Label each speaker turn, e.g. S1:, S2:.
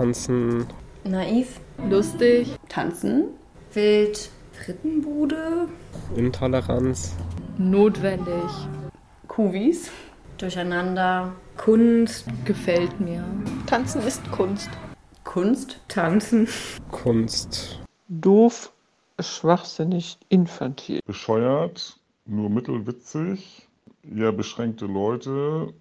S1: Tanzen.
S2: Naiv,
S3: Lustig.
S4: Tanzen,
S2: wild, Frittenbude,
S1: Intoleranz.
S3: Notwendig.
S4: Kuvis,
S2: Durcheinander, Kunst,
S3: Gefällt mir.
S5: Tanzen ist Kunst.
S4: Kunst,
S6: Tanzen.
S1: Kunst.
S7: Doof, schwachsinnig, infantil.
S8: Bescheuert, nur mittelwitzig, eher beschränkte Leute,